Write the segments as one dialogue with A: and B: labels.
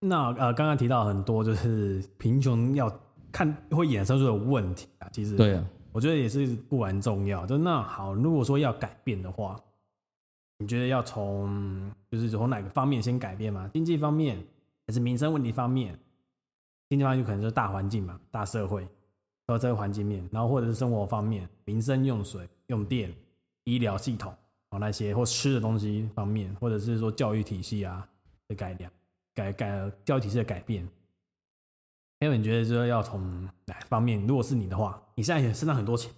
A: 那呃，刚刚提到很多就是贫穷要看会衍生出的问题啊，其实
B: 对啊，
A: 我觉得也是固然重要。就那好，如果说要改变的话，你觉得要从就是从哪个方面先改变吗？经济方面还是民生问题方面？经济方面就可能就是大环境嘛，大社会，然后这个环境面，然后或者是生活方面，民生用水、用电、医疗系统，然后那些或吃的东西方面，或者是说教育体系啊的改良、改改教育体系的改变。因为你觉得就是要从哪方面？如果是你的话，你现在也身上很多钱，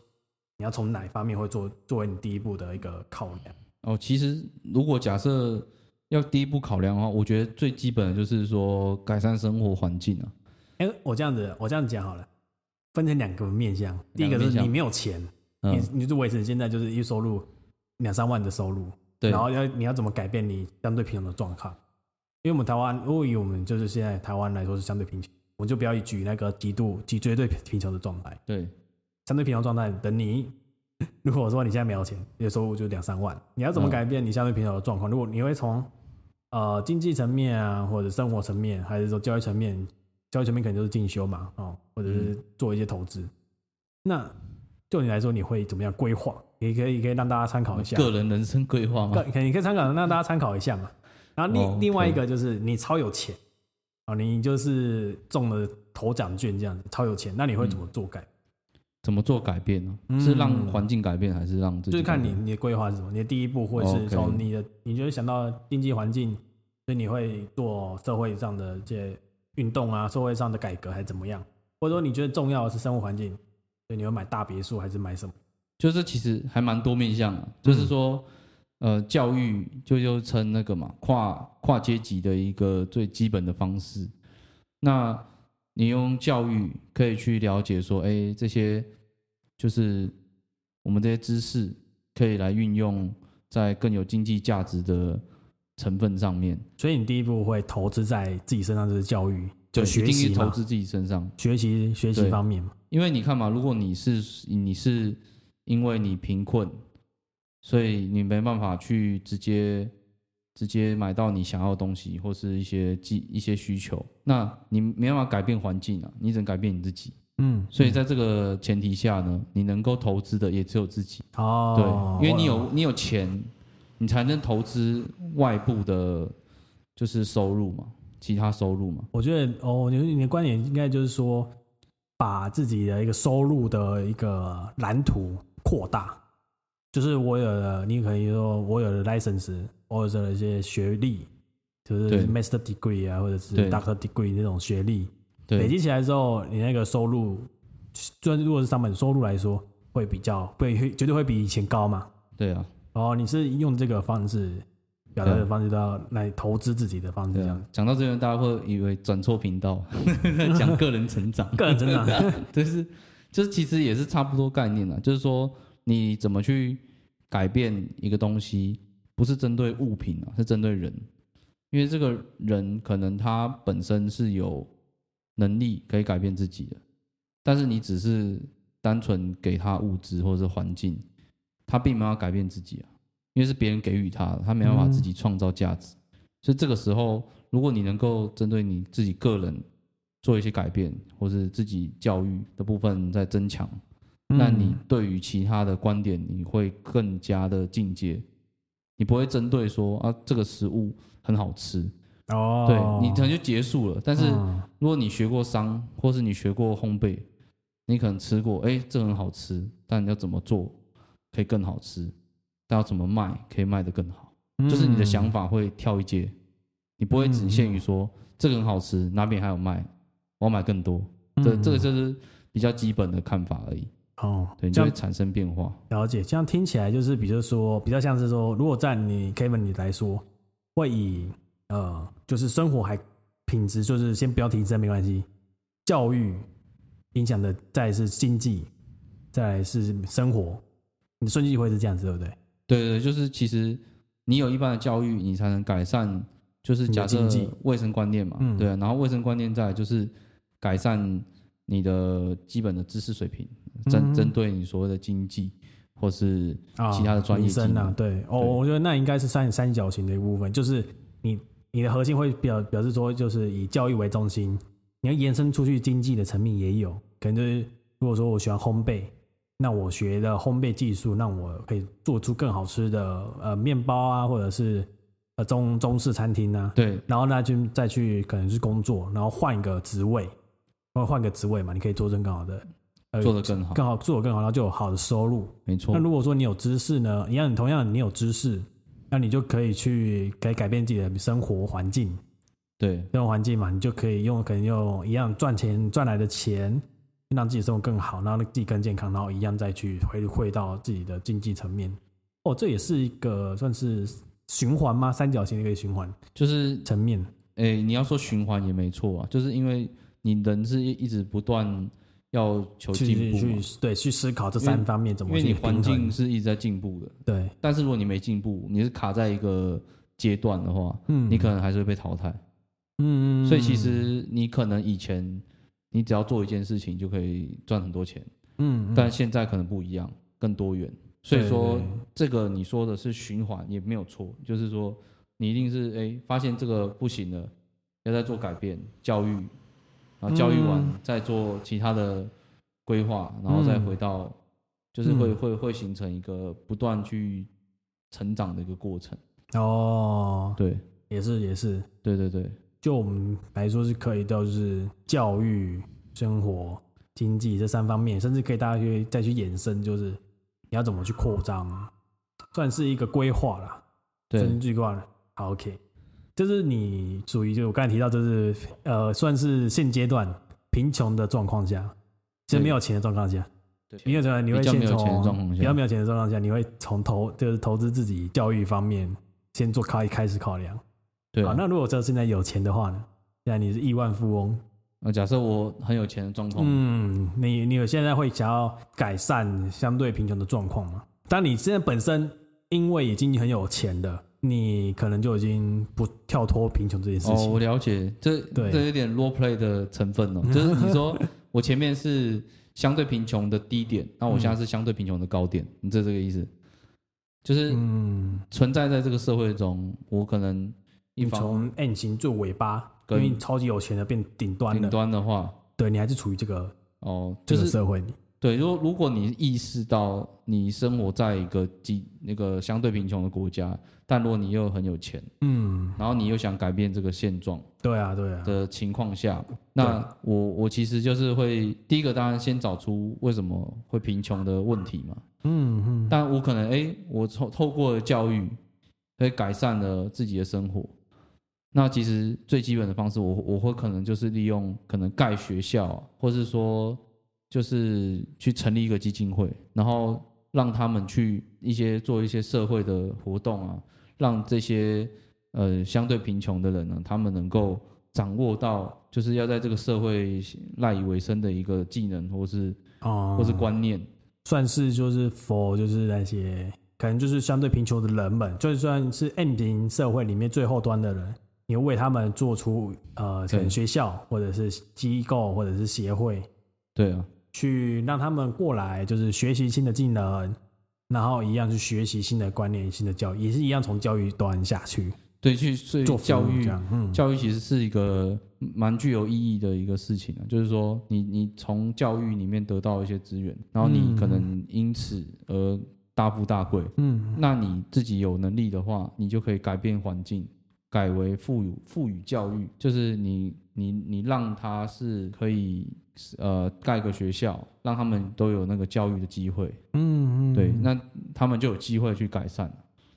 A: 你要从哪一方面会做作为你第一步的一个考量？
B: 哦，其实如果假设要第一步考量的话，我觉得最基本的就是说改善生活环境啊。
A: 哎、我这样子，我这样讲好了，分成两个面向。第一
B: 两个
A: 个
B: 面
A: 是
B: 向
A: 你没有钱，
B: 嗯，
A: 你你就维持现在就是一收入两三万的收入，
B: 对
A: 然，后要你要怎么改变你相对贫穷的状况？因为我们台湾，如果以我们就是现在台湾来说是相对贫穷，我们就不要举那个极度极绝对贫穷的状态。
B: 对，
A: 相对贫穷状态的你，如果说你现在没有钱，你的收入就两三万，你要怎么
B: 嗯
A: 改变你相对贫穷的状况？如果你会从呃经济层面啊，或者生活层面，还是说教育层面，教育层面可能就是进修嘛，哦，或者
B: 嗯
A: 是做一些投资。那就你来说，你会怎么样规划？也可以，也可以让大家参考一下。
B: 个人人生规划嘛
A: 个，可以可以参考，让大家参考一下嘛。然后另、
B: 哦，OK
A: 另外一个就是你超有钱啊，你就是中了头奖券这样子，超有钱，那你会怎么
B: 嗯
A: 做改？
B: 怎么做改变呢、
A: 嗯
B: 是让环境改变，还是让自己？
A: 就是看你，你的规划是什么，你的第一步或者是
B: OK
A: 从你的，你就会想到经济环境，所以你会做社会上的这些运动啊，社会上的改革还是怎么样？或者说你觉得重要的是生活环境，所以你会买大别墅还是买什么？
B: 就是其实还蛮多面向啊，就是
A: 嗯
B: 说，呃，教育就就称那个嘛，跨跨阶级的一个最基本的方式。那你用教育可以去了解说，哎，这些就是我们这些知识可以来运用在更有经济价值的成分上面，
A: 所以你第一步会投资在自己身上，就是教育，就
B: 对
A: 学
B: 一定
A: 习
B: 是投
A: 嘛，
B: 资自己身上。
A: 学习学习
B: 对
A: 方面嘛。
B: 因为你看嘛，如果你是你是因为你贫困，所以你没办法去直接直接买到你想要的东西，或是一些技一些需求，那你没办法改变环境啊，你只能改变你自己。
A: 嗯，
B: 所以在这个前提下呢，你能够投资的也只有自己，
A: 哦，
B: 对，因为你有你有钱，你才能投资外部的，就是收入嘛，其他收入嘛，
A: 我觉得哦，你你的观点应该就是说，把自己的一个收入的一个蓝图扩大，就是我有了，你可以说我有了 license，我有了一些学历，就是
B: 对
A: master degree 啊，或者是
B: 对
A: doctor degree 那种学历，累
B: 对
A: 积起来之后，你那个收入，就如果是上本收入来说，会比较会会绝对会比以前高嘛。
B: 对啊，
A: 然后你是用这个方式表达
B: 对
A: 的方式，都要来投资自己的方式这
B: 对
A: 样
B: 啊。，讲到这边，大家会以为转错频道， 在讲个人成长，
A: 个人成长，
B: 就是就是其实也是差不多概念啊，就是说你怎么去改变一个东西，不是针对物品啊，是针对人，因为这个人可能他本身是有能力可以改变自己的，但是你只是单纯给他物质或者是环境，他并没有要改变自己啊，因为是别人给予他的，他没办法自己创造价值。所以这个时候，如果你能够针对你自己个人做一些改变，或是自己教育的部分在增强，
A: 嗯
B: 那 你对于其他的观点，你会更加的进阶。你不会针对说啊，这个食物很好吃，
A: 嗯哦，
B: 对你可能就结束了。但是
A: 嗯
B: 如果你学过商，或是你学过烘焙，你可能吃过，哎，这很好吃，但要怎么做可以更好吃？但要怎么卖可以卖得更好？
A: 嗯
B: 就是你的想法会跳一阶，你不会只
A: 嗯
B: 限于说这个很好吃，哪边还有卖，我要买更多。
A: 嗯
B: 这这个
A: 嗯
B: 就是比较基本的看法而已，
A: 哦，
B: 对，你
A: 这
B: 就会
A: 样
B: 产生变化。
A: 了解，这样听起来就是，比如说，比较像是说，如果在你 Kevin 你来说，会以呃，就是生活还品质，就是先不要提升没关系，教育影响的，再来是经济，再来是生活，你的顺序会是这样子，对不对？
B: 对对，就是其实你有一般的教育，你才能改善，就是
A: 你的
B: 假设
A: 经济
B: 卫生观念嘛，
A: 嗯
B: 对啊、然后卫生观念再来就是改善你的基本的知识水平，针、
A: 嗯
B: 针对你所谓的经济或是
A: 啊，
B: 其他的专业
A: 民生
B: 技
A: 啊
B: 能，
A: 对，哦，
B: 对
A: 我觉得那应该是三三角形的一部分，就是你你的核心会表表示说，就是以教育为中心，你要延伸出去经济的层面也有，可能就是如果说我喜欢烘焙，那我学的烘焙技术，让我可以做出更好吃的呃面包啊，或者是呃中中式餐厅啊，
B: 对
A: 然后那就再去可啊能是工作，然后换一个职位，或换个职位嘛，你可以做成更好的，呃
B: 做得更好，
A: 更好做得更好，然后就有好的收入。
B: 没错
A: 那。如果说你有知识呢，一样，你同样你有知识，那你就可以去改改变自己的生活环境，
B: 对，
A: 生活环境嘛，你就可以用可能用一样赚钱赚来的钱，让自己生活更好，然后自己更健康，然后一样再去回馈到自己的经济层面。哦，这也是一个算是循环吗？三角形的一个循环
B: 就是
A: 层面。
B: 诶、你要说循环也没错啊，就是因为你人是一直不断要求进
A: 去
B: 步嘛，
A: 去对去思考这三方面怎
B: 因
A: 么
B: 为
A: 去
B: 你环
A: 平衡
B: 境。是一直在进步的，
A: 对，
B: 但是如果你没进步，你是卡在一个阶段的话，
A: 嗯，
B: 你可能还是会被淘汰。
A: 嗯，
B: 所以其实你可能以前你只要做一件事情就可以赚很多钱，
A: 嗯，嗯
B: 但现在可能不一样，更多元。所以说
A: 对对
B: 这个你说的是循环也没有错，就是说你一定是哎、发现这个不行了，要再做改变，教育，然后教育完、
A: 嗯
B: 再做其他的规划，然后再回到、就是
A: 嗯
B: 会会会形成一个不断去成长的一个过程。
A: 哦，
B: 对
A: 也是也是，
B: 对对对，
A: 就我们来说是可以到就是教育、生活、经济这三方面，甚至可以大家去再去延伸，就是你要怎么去扩张，算是一个规划啦，
B: 对
A: 真句挂了。好，OK，就是你属于就我刚才提到，就是呃，算是现阶段贫穷的状况下，就是没有钱的状况下，
B: 对
A: 没有钱的你会
B: 比较
A: 先
B: 没有
A: 从
B: 钱的状况下
A: 比较没有钱的状况下，你会从投就是投资自己教育方面先做开开始考量。
B: 对啊
A: 好，那如果说现在有钱的话呢？现在你是亿万富翁，
B: 那假设我很有钱的状况，
A: 嗯，你你有现在会想要改善相对贫穷的状况吗？当你现在本身因为已经很有钱的，你可能就已经不跳脱贫穷这件事
B: 哦，
A: 情。
B: 我了解，这
A: 对
B: 这有点 role play 的成 分哦，就是你说我前面是相对贫穷的低点，那我现在是相对贫穷的高点，你这这个意思，就是
A: 嗯，
B: 存在在这个社会中，我可能一
A: 你
B: 方
A: 从 N 型做尾巴，因
B: 跟
A: 为你超级有钱的变顶端
B: 顶
A: 了，
B: 端的话，
A: 对你还是处于这个
B: 哦，就
A: 这个
B: 是
A: 社会里。
B: 对，如果如果你意识到你生活在一个极那个相对贫穷的国家，但如果你又很有钱，
A: 嗯，
B: 然后你又想改变这个现状。
A: 对啊，对啊，
B: 的情况下，那我我其实就是会第一个，当然先找出为什么会贫穷的问题嘛。
A: 嗯嗯，
B: 但我可能哎、诶我透透过教育，可以改善了自己的生活。那其实最基本的方式我，我会可能就是利用可能盖学校啊、或是说就是去成立一个基金会，然后让他们去一些做一些社会的活动啊，让这些呃相对贫穷的人呢，啊他们能够掌握到就是要在这个社会赖以为生的一个技能或是
A: 哦、
B: 或是观念。
A: 算是就是佛，就是那些可能就是相对贫穷的人们，就算是 M 型社会里面最后端的人，你会为他们做出呃，可
B: 对
A: 能学校或者是机构或者是协会，
B: 对啊，
A: 去让他们过来，就是学习新的技能，然后一样去学习新的观念、新的教育，也是一样从教育端下去
B: 对，去所以
A: 做服务
B: 教育
A: 这样，嗯，
B: 教育其实是一个嗯蛮具有意义的一个事情啊，就是说你你从教育里面得到一些资源，然后你
A: 嗯
B: 可能因此而大富大贵。
A: 嗯
B: 那你自己有能力的话，你就可以改变环境，改为赋予赋予教育，就是你你你让他是可以呃盖个学校，让他们都有那个教育的机会，
A: 嗯嗯，
B: 对，那他们就有机会去改善。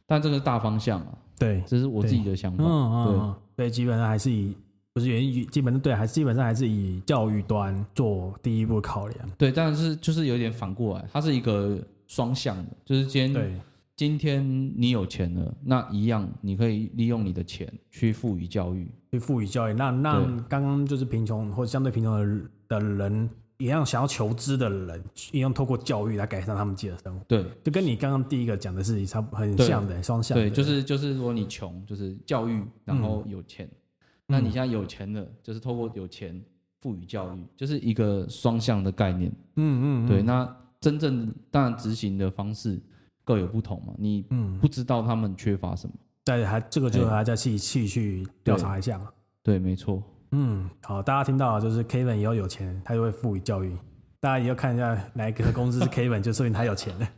B: 但这个是大方向啊，
A: 对，
B: 这是我自己的想
A: 嗯
B: 法。
A: 嗯嗯，对，基本上还是以不是原因，基本上对，还是基本上还是以教育端做第一步考量。
B: 对，但是就是有点反过来，它是一个双向的，就是今天
A: 对，
B: 今天你有钱了，那一样你可以利用你的钱去赋予教育，
A: 去赋予教育，让让刚刚就是贫穷或者相对贫穷的人的人，一样想要求知的人，一样透过教育来改善他们自己的生活，
B: 对
A: 就跟你刚刚第一个讲的事情差不很
B: 对
A: 像的，双向的。
B: 对，就是就是如果你穷，就是教育，然后有钱，那你现在有钱了，就是透过有钱赋予教育，就是一个双向的概念。
A: 嗯嗯，嗯
B: 对，那真正当然执行的方式各有不同嘛，你
A: 嗯
B: 不知道他们缺乏什么，
A: 在还这个就
B: 哎
A: 还在细细去调查一下嘛。
B: 对，没错，
A: 嗯，好，大家听到了，就是 Kevin 以后有钱，他就会富于教育。大家以后看一下哪一个公司是 Kevin，就说明他有钱了，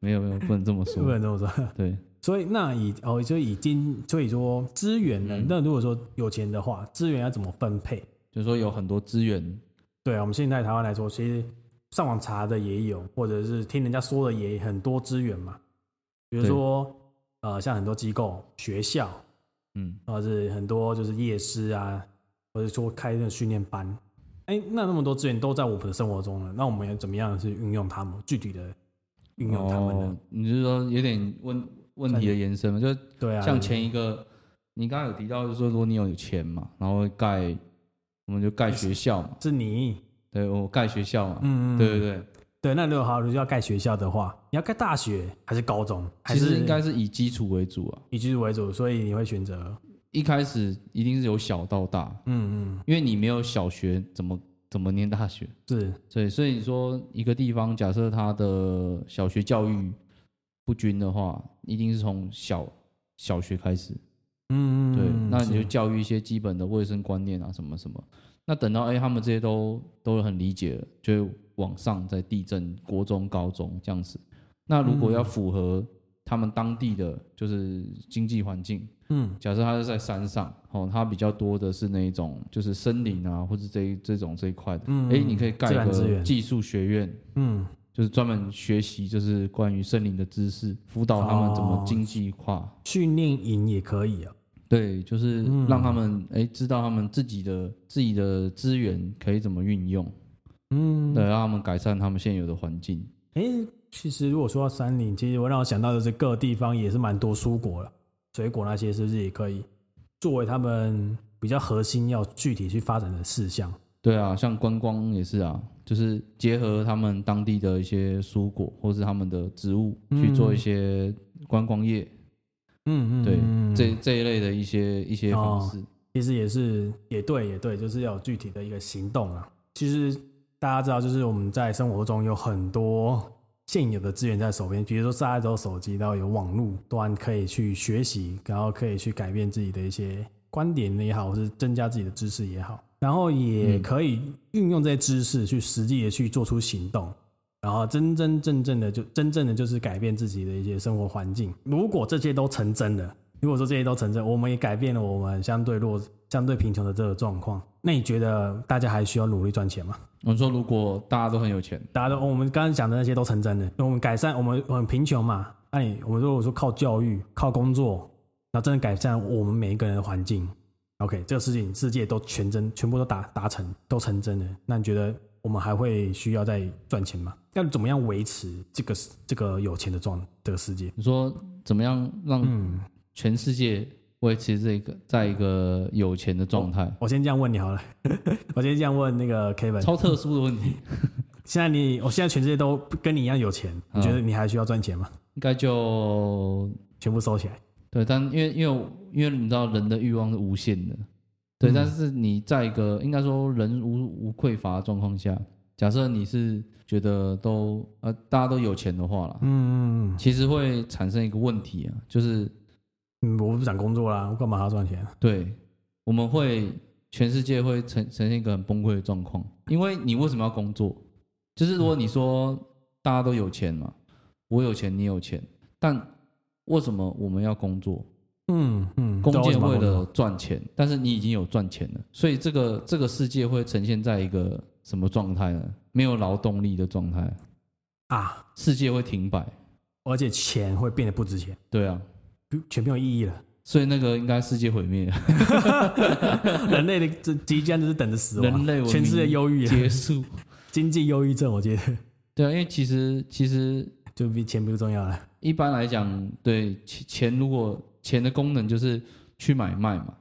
B: 没有没有，不能这 么
A: 不
B: 说。
A: 能这么说。
B: 对，
A: 所以那以哦，就已经所以说资源呢，
B: 嗯
A: 那如果说有钱的话，资源要怎么分配？
B: 就是说有很多资源，
A: 对啊，我们现在台湾来说，其实上网查的也有，或者是听人家说的也很多资源嘛。比如
B: 对
A: 说，呃，像很多机构、学校，
B: 嗯，
A: 或者是很多就是夜师啊，或者说开那个训练班。哎、那那么多资源都在我们的生活中了，那我们要怎么样去运用它们？具体的运用它们呢？
B: 哦，你是说有点问问题的延伸嘛？就是
A: 对啊，
B: 像前一个，你刚刚有提到，就是说如果你有钱嘛，然后盖，我们就盖学校嘛，
A: 是你，
B: 对我盖学校嘛，
A: 嗯，
B: 对对对，
A: 对。那如果好，如果要盖学校的话，你要盖大学还是高中？还
B: 其实
A: 是
B: 应该是以基础为主啊，
A: 以居为主，所以你会选择，
B: 一开始一定是由小到大，
A: 嗯嗯，
B: 因为你没有小学，怎么怎么念大学？
A: 是，
B: 对，所以说一个地方假设它的小学教育不均的话，一定是从小小学开始。
A: 嗯嗯，
B: 对，
A: 嗯
B: 那你就是教育一些基本的卫生观念啊，什么什么。那等到哎、他们这些都都很理解了，就会往上在地震国中、高中这样子。那如果要
A: 嗯
B: 符合他们当地的就是经济环境，
A: 嗯
B: 假设它是在山上，哦，它比较多的是那一种就是森林啊，或者这一这种这一块的。
A: 嗯，
B: 哎、你可以盖
A: 自然
B: 一
A: 资
B: 个
A: 源，
B: 技术学院，
A: 嗯，
B: 就是专门学习就是关于森林的知识，辅导他们怎
A: 哦
B: 么经济化。
A: 训练营也可以啊，
B: 对，就是
A: 嗯
B: 让他们哎、诶知道他们自己的自己的资源可以怎么运用，
A: 嗯
B: 对，，让他们改善他们现有的环境。
A: 哎、其实如果说到山林，其实我让我想到的是各地方也是蛮多蔬果了，水果那些是不是也可以作为他们比较核心要具体去发展的事项？
B: 对啊，像观光也是啊，就是结合他们当地的一些蔬果或是他们的植物去做一些观光业，
A: 嗯哦
B: 对、这这一类的一些一些方式。
A: 其实也是也对也对，就是要有具体的一个行动啊。其实大家知道，就是我们在生活中有很多现有的资源在手边，比如说大家都有手机，然后有网络，端可以去学习，然后可以去改变自己的一些观点也好，或是增加自己的知识也好，然后也
B: 嗯
A: 可以运用这些知识去实际的去做出行动。然后真真正正的就真正的就是改变自己的一些生活环境。如果这些都成真了，如果说这些都成真，我们也改变了我们相对弱、相对贫穷的这个状况，那你觉得大家还需要努力赚钱吗？
B: 我们说，如果大家都很有钱，
A: 大家都哦我们刚刚讲的那些都成真了，我们改善我们我们贫穷嘛，那你我们如果说靠教育、靠工作，然后真的改善我们每一个人的环境，OK，这个事情世界都全真，全部都达达成，都成真了，那你觉得我们还会需要再赚钱吗？要怎么样维持这个这个有钱的状这个世界？
B: 你说怎么样让
A: 嗯，
B: 全世界维持这个在一个有钱的状态？
A: 我先这样问你好了， 我先这样问那个 Kevin，
B: 超特殊的问题，
A: 现在你，我现在全世界都跟你一样有钱，你觉得你还需要赚钱吗？
B: 应该就
A: 全部收起来，
B: 对，但因为因为我因为你知道人的欲望是无限的，对，但是你在一个应该说人无无匮乏的状况下，假设你是觉得都呃大家都有钱的话啦，
A: 嗯嗯
B: 其实会产生一个问题啊，就是
A: 嗯，我不想工作啦，我干嘛还要赚钱？啊
B: 对，我们会全世界会呈呈现一个很崩溃的状况，因为你为什么要工作？就是如果你说大家都有钱嘛，我有钱，你有钱，但为什么我们要工作？
A: 嗯嗯，
B: 工
A: 对啊
B: 作
A: 为
B: 为
A: 什么要
B: 了
A: 工作
B: 赚钱，但是你已经有赚钱了，所以这个这个世界会呈现在一个什么状态呢？没有劳动力的状态，
A: 啊，
B: 世界会停摆。
A: 而且钱会变得不值钱，
B: 对啊，
A: 不全没有意义了。
B: 所以那个应该世界毁灭，
A: 人类的这即将就是等着死亡，
B: 人类文明
A: 全世界忧郁了，
B: 结束。
A: 经济忧郁症，我觉得
B: 对啊，因为其实其实
A: 就比钱不重要了。
B: 一般来讲，对钱钱如果钱的功能就是去买卖嘛，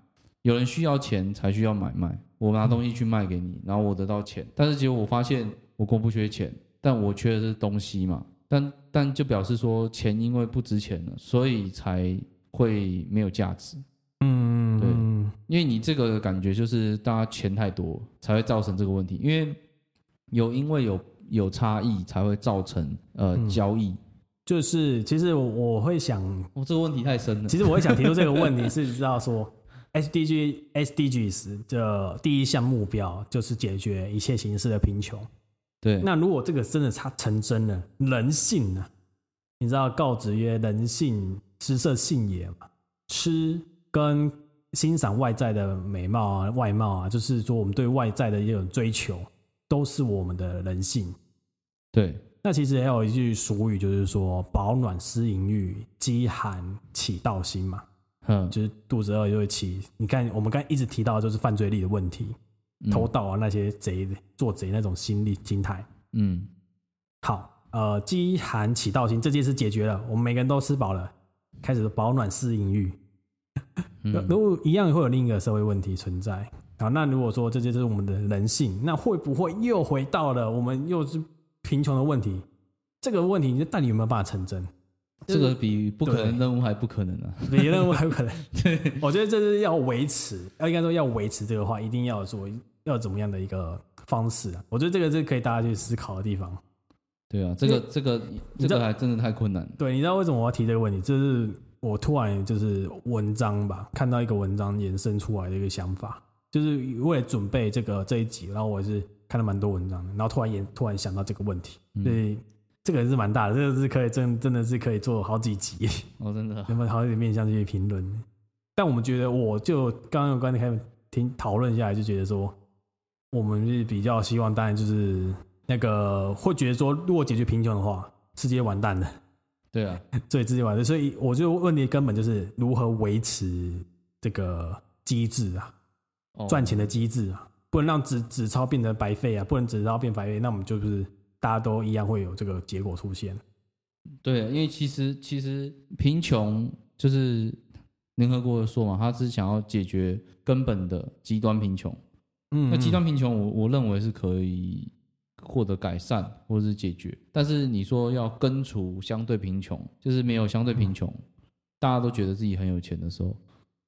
B: 有人需要钱才需要买卖，我拿东西去卖给你，然后我得到钱，但是结果我发现我公不缺钱，但我缺的是东西嘛，但但就表示说钱因为不值钱了，所以才会没有价值，
A: 嗯，
B: 对
A: 嗯
B: 因为你这个感觉就是大家钱太多才会造成这个问题，因为有因为有有差异才会造成呃
A: 嗯
B: 交易，
A: 就是其实我我会想，
B: 我、这个问题太深了。
A: 其实我会想提出这个问题，是知道说 SDG SDGs 的第一项目标就是解决一切形式的贫穷。
B: 对，
A: 那如果这个真的它成真了，人性呢、啊你知道告子曰：“人性食色性也”嘛，吃跟欣赏外在的美貌啊、外貌啊，就是说我们对外在的一种追求，都是我们的人性。
B: 对
A: 那其实也有一句俗语，就是说“饱暖思淫欲，饥寒起盗心”嘛，
B: 嗯，
A: 就是肚子饿就会起。你看，我们刚才一直提到的就是犯罪力的问题，
B: 嗯
A: 偷盗啊那些贼做贼那种心理心态。
B: 嗯
A: 好，呃，饥寒起盗心这件事解决了，我们每个人都吃饱了，开始保暖适应欲。那
B: 嗯
A: 如果一样会有另一个社会问题存在。好，那如果说这就是我们的人性，那会不会又回到了我们又是贫穷的问题？这个问题，你到底有没有办法成真？
B: 这个比不可能
A: 对
B: 任务还不可能啊。
A: 别人还有可能。我觉得这是要维持，要应该说要维持这个话，一定要做要怎么样的一个方式啊？我觉得这个是可以大家去思考的地方。
B: 对啊，这个这个这
A: 知道
B: 个还真的太困难了。
A: 对，你知道为什么我要提这个问题？这是我突然就是文章吧，看到一个文章延伸出来的一个想法，就是为了准备这个这一集，然后我也是看了蛮多文章的，然后突然也突然想到这个问题，
B: 嗯
A: 所以这个是蛮大的，这个是可以真真的是可以做好几集，
B: 哦，真的啊，
A: 有没有好几面向去评论？但我们觉得，我就刚刚有观点开始听讨论下来，就觉得说，我们是比较希望，当然就是那个会觉得说，如果解决贫穷的话，世界完蛋了。
B: 对啊，
A: 最直接完的，所以我就问题根本就是如何维持这个机制啊，
B: 哦
A: 赚钱的机制啊，不能让纸纸钞变成白费啊，不能纸钞变白费，那我们就是大家都一样会有这个结果出现。
B: 对，啊因为其实其实贫穷就是联合国说嘛，他是想要解决根本的极端贫穷。
A: 嗯
B: 那极端贫穷我，我认为是可以获得改善或是解决，但是你说要根除相对贫穷，就是没有相对贫穷，
A: 嗯
B: 大家都觉得自己很有钱的时候，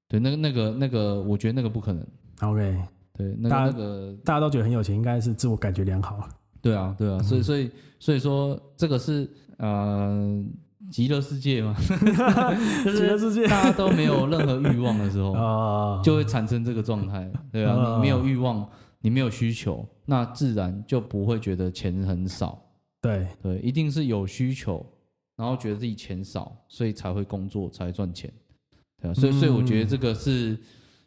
B: 对，那个那个那个，我觉得那个不可能。
A: 嗯 OK，
B: 对，那个
A: 大家
B: 那个，
A: 大家都觉得很有钱，应该是自我感觉良好。
B: 对啊，对啊，
A: 嗯
B: 所以所以所以说，这个是呃，极乐世界嘛， 就是
A: 全世界
B: 大家都没有任何欲望的时候，
A: 啊，
B: 哦就会产生这个 状态，对啊，
A: 啊
B: 你没有欲望，你没有需求，那自然就不会觉得钱很少，
A: 对，
B: 对，一定是有需求，然后觉得自己钱少，所以才会工作，才会赚钱，对啊，所以
A: 嗯
B: 所以我觉得这个是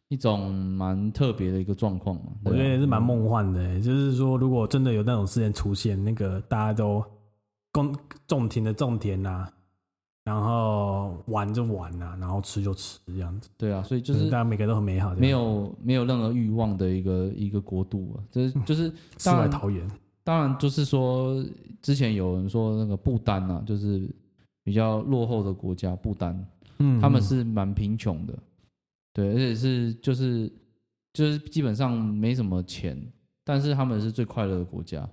B: 一种蛮特别的一个状况嘛，对
A: 我
B: 啊
A: 觉得也是蛮梦幻的、欸就是说，如果真的有那种事件出现，那个大家都种种田的种田呐、然后玩就玩呐、然后吃就吃这样子，
B: 对啊，所以就
A: 就是
B: 是
A: 大。家每个都很美好，
B: 没有没有任何欲望的一个一个国度啊，就是就是
A: 世外桃源。
B: 当然，就是说，之前有人说那个不丹啊，就是比较落后的国家，不丹
A: 嗯
B: 他们是蛮贫穷的，对，而且是就是就是基本上没什么钱，但是他们是最快乐的国家，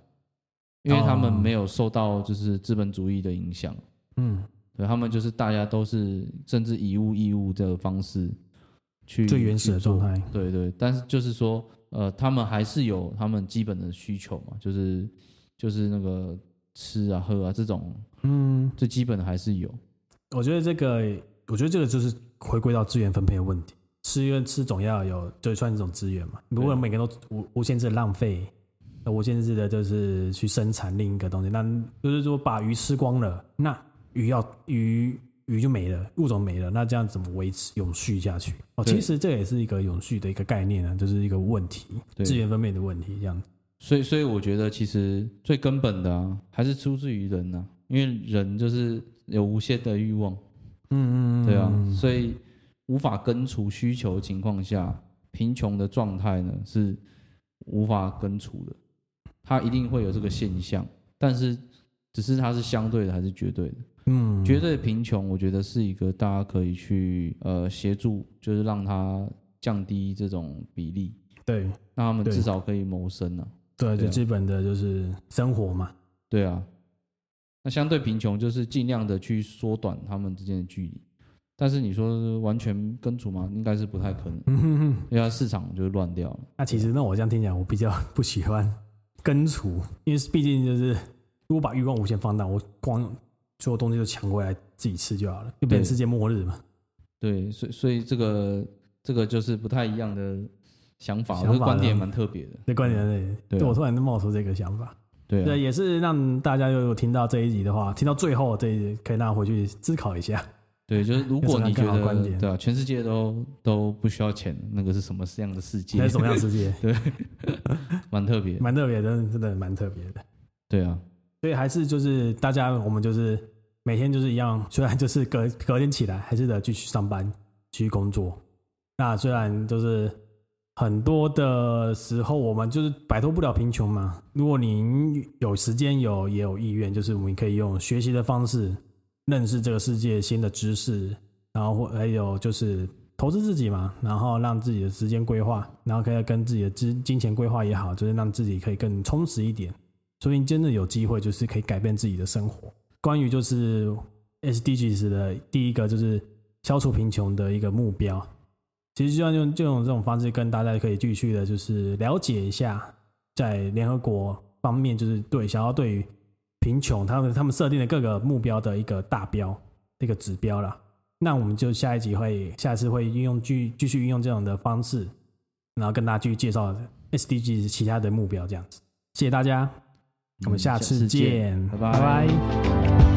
B: 因为他们
A: 哦
B: 没有受到就是资本主义的影响，
A: 嗯，
B: 对他们就是大家都是甚至以物易物的方式去
A: 最原始的状态。
B: 对对，但是就是说，呃，他们还是有他们基本的需求嘛，就是就是那个吃啊、喝啊这种
A: 嗯，
B: 最基本的还是有。
A: 我觉得这个，我觉得这个就是回归到资源分配的问题。吃因为吃总要有，就算一种资源嘛。如果每个人都无无限制地浪费，那无限制的就是去生产另一个东西，那就是说把鱼吃光了，那鱼要鱼鱼就没了，物种没了，那这样怎么维持永续下去？哦，
B: 对
A: 其实这也是一个永续的一个概念啊，就是一个问题，
B: 对
A: 资源分配的问题，这样子。
B: 所以所以我觉得其实最根本的啊，还是出自于人啊，因为人就是有无限的欲望，
A: 嗯
B: 对啊，所以无法根除需求的情况下，贫穷的状态呢是无法根除的，它一定会有这个现象，但是只是它是相对的还是绝对的。
A: 嗯，
B: 绝对贫穷，我觉得是一个大家可以去呃协助，就是让它降低这种比例，
A: 对
B: 让他们
A: 对
B: 至少可以谋生啊。
A: 对，
B: 对
A: 最
B: 啊
A: 基本的就是生活嘛。
B: 对啊，那相对贫穷就是尽量的去缩短他们之间的距离，但是你说是完全根除吗？应该是不太可能，
A: 嗯哼哼。
B: 因为它市场就乱掉了。
A: 那其实那我这样听起来，我比较不喜欢根除，因为毕竟就是如果把欲望无限放大，我光所有东西都抢回来自己吃就好了，就变
B: 对
A: 成世界末日嘛。
B: 对，所以所以这个这个就是不太一样的想法，
A: 想
B: 这
A: 法
B: 个观点也
A: 呢
B: 蛮特别的。
A: 这观点在这里，
B: 对啊
A: 我突然冒出这个想法，
B: 对啊
A: 对，也是让大家如果听到这一集的话，听到最后这一集，可以让他回去思考一下。
B: 对，就是如果你觉
A: 有什么更好的观
B: 得
A: 点
B: 对啊，全世界都都不需要钱，那个是什么样的世界？
A: 那是什 么样的世界？
B: 蛮特别。
A: 蛮特别的，真的真的蛮特别的。
B: 对啊，
A: 所以还是就是大家，我们就是每天就是一样，虽然就是隔隔天起来，还是得继续上班，继续工作。那虽然就是很多的时候，我们就是摆脱不了贫穷嘛。如果您有时间有也有意愿，就是我们可以用学习的方式认识这个世界新的知识，然后或还有就是投资自己嘛，然后让自己的时间规划，然后可以跟自己的金金钱规划也好，就是让自己可以更充实一点。所以真的有机会，就是可以改变自己的生活。关于就是 SDGs 的第一个就是消除贫穷的一个目标，其实就像用就用这种方式跟大家可以继续的，就是了解一下在联合国方面，就是对想要对于贫穷他们他们设定的各个目标的一个大标一个指标啦。那我们就下一集会下一次会运用继继续运用这种的方式，然后跟大家继续介绍 SDGs 其
B: 嗯
A: 他的目标这样子。谢谢大家。我们下次见，
B: 拜拜
A: 拜拜